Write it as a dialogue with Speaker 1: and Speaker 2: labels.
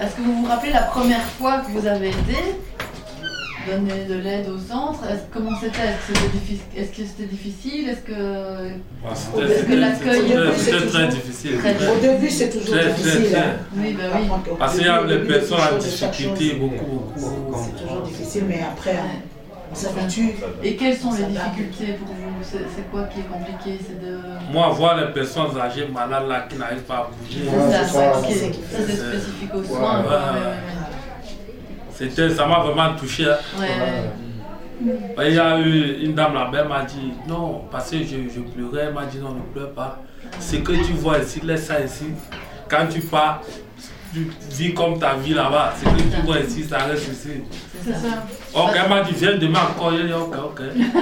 Speaker 1: Est-ce que vous vous rappelez la première fois que vous avez aidé Donner de l'aide au centre Est-ce- Comment c'était Est-ce que c'était diffici- est-ce que c'était difficile Est-ce que...
Speaker 2: Ouais,
Speaker 1: Parce que
Speaker 2: C'était c'était-
Speaker 1: l'accueil,
Speaker 2: c'était-
Speaker 1: c'est
Speaker 2: c'était
Speaker 1: toujours
Speaker 2: très difficile.
Speaker 1: très
Speaker 2: très-
Speaker 3: Au début, c'est toujours
Speaker 2: très-
Speaker 3: difficile.
Speaker 2: très-
Speaker 3: hein.
Speaker 1: Oui, bah oui.
Speaker 3: Apprendre qu'au
Speaker 2: Parce qu'il y a
Speaker 3: début, au
Speaker 2: les
Speaker 3: début de
Speaker 2: personnes
Speaker 3: quelque
Speaker 2: en
Speaker 3: chose, de chaque
Speaker 2: difficulté,
Speaker 3: chose,
Speaker 2: beaucoup, beaucoup.
Speaker 3: c'est-
Speaker 2: beaucoup.
Speaker 3: C'est toujours difficile, mais après,
Speaker 1: Ouais.
Speaker 3: on s'habitue.
Speaker 1: Et quelles sont les difficultés pour vous C'est c'est quoi qui est compliqué C'est de...
Speaker 2: Moi, voir les personnes âgées malades là qui n'arrivent pas à bouger,
Speaker 1: C'est
Speaker 4: Ouais,
Speaker 1: ça,
Speaker 4: c'est ça.
Speaker 1: ok.
Speaker 3: C'est-
Speaker 1: Ça, c'est spécifique aux
Speaker 4: Ouais.
Speaker 1: soins. quoi.
Speaker 2: Ouais. c'était, ça m'a vraiment touché.
Speaker 1: Ouais, ouais, ouais. Ouais, ouais.
Speaker 2: Il y a eu une dame là-bas, elle m'a dit non, parce que je, je pleurais. Elle m'a dit non, ne pleure pas. Ce que tu vois ici, laisse ça ici. Quand tu pars, tu vis comme ta vie là-bas. Ce que tu vois ici, ça reste ici.
Speaker 1: C'est ça.
Speaker 2: Ok, elle m'a dit viens demain encore. J'ai dit ok, ok.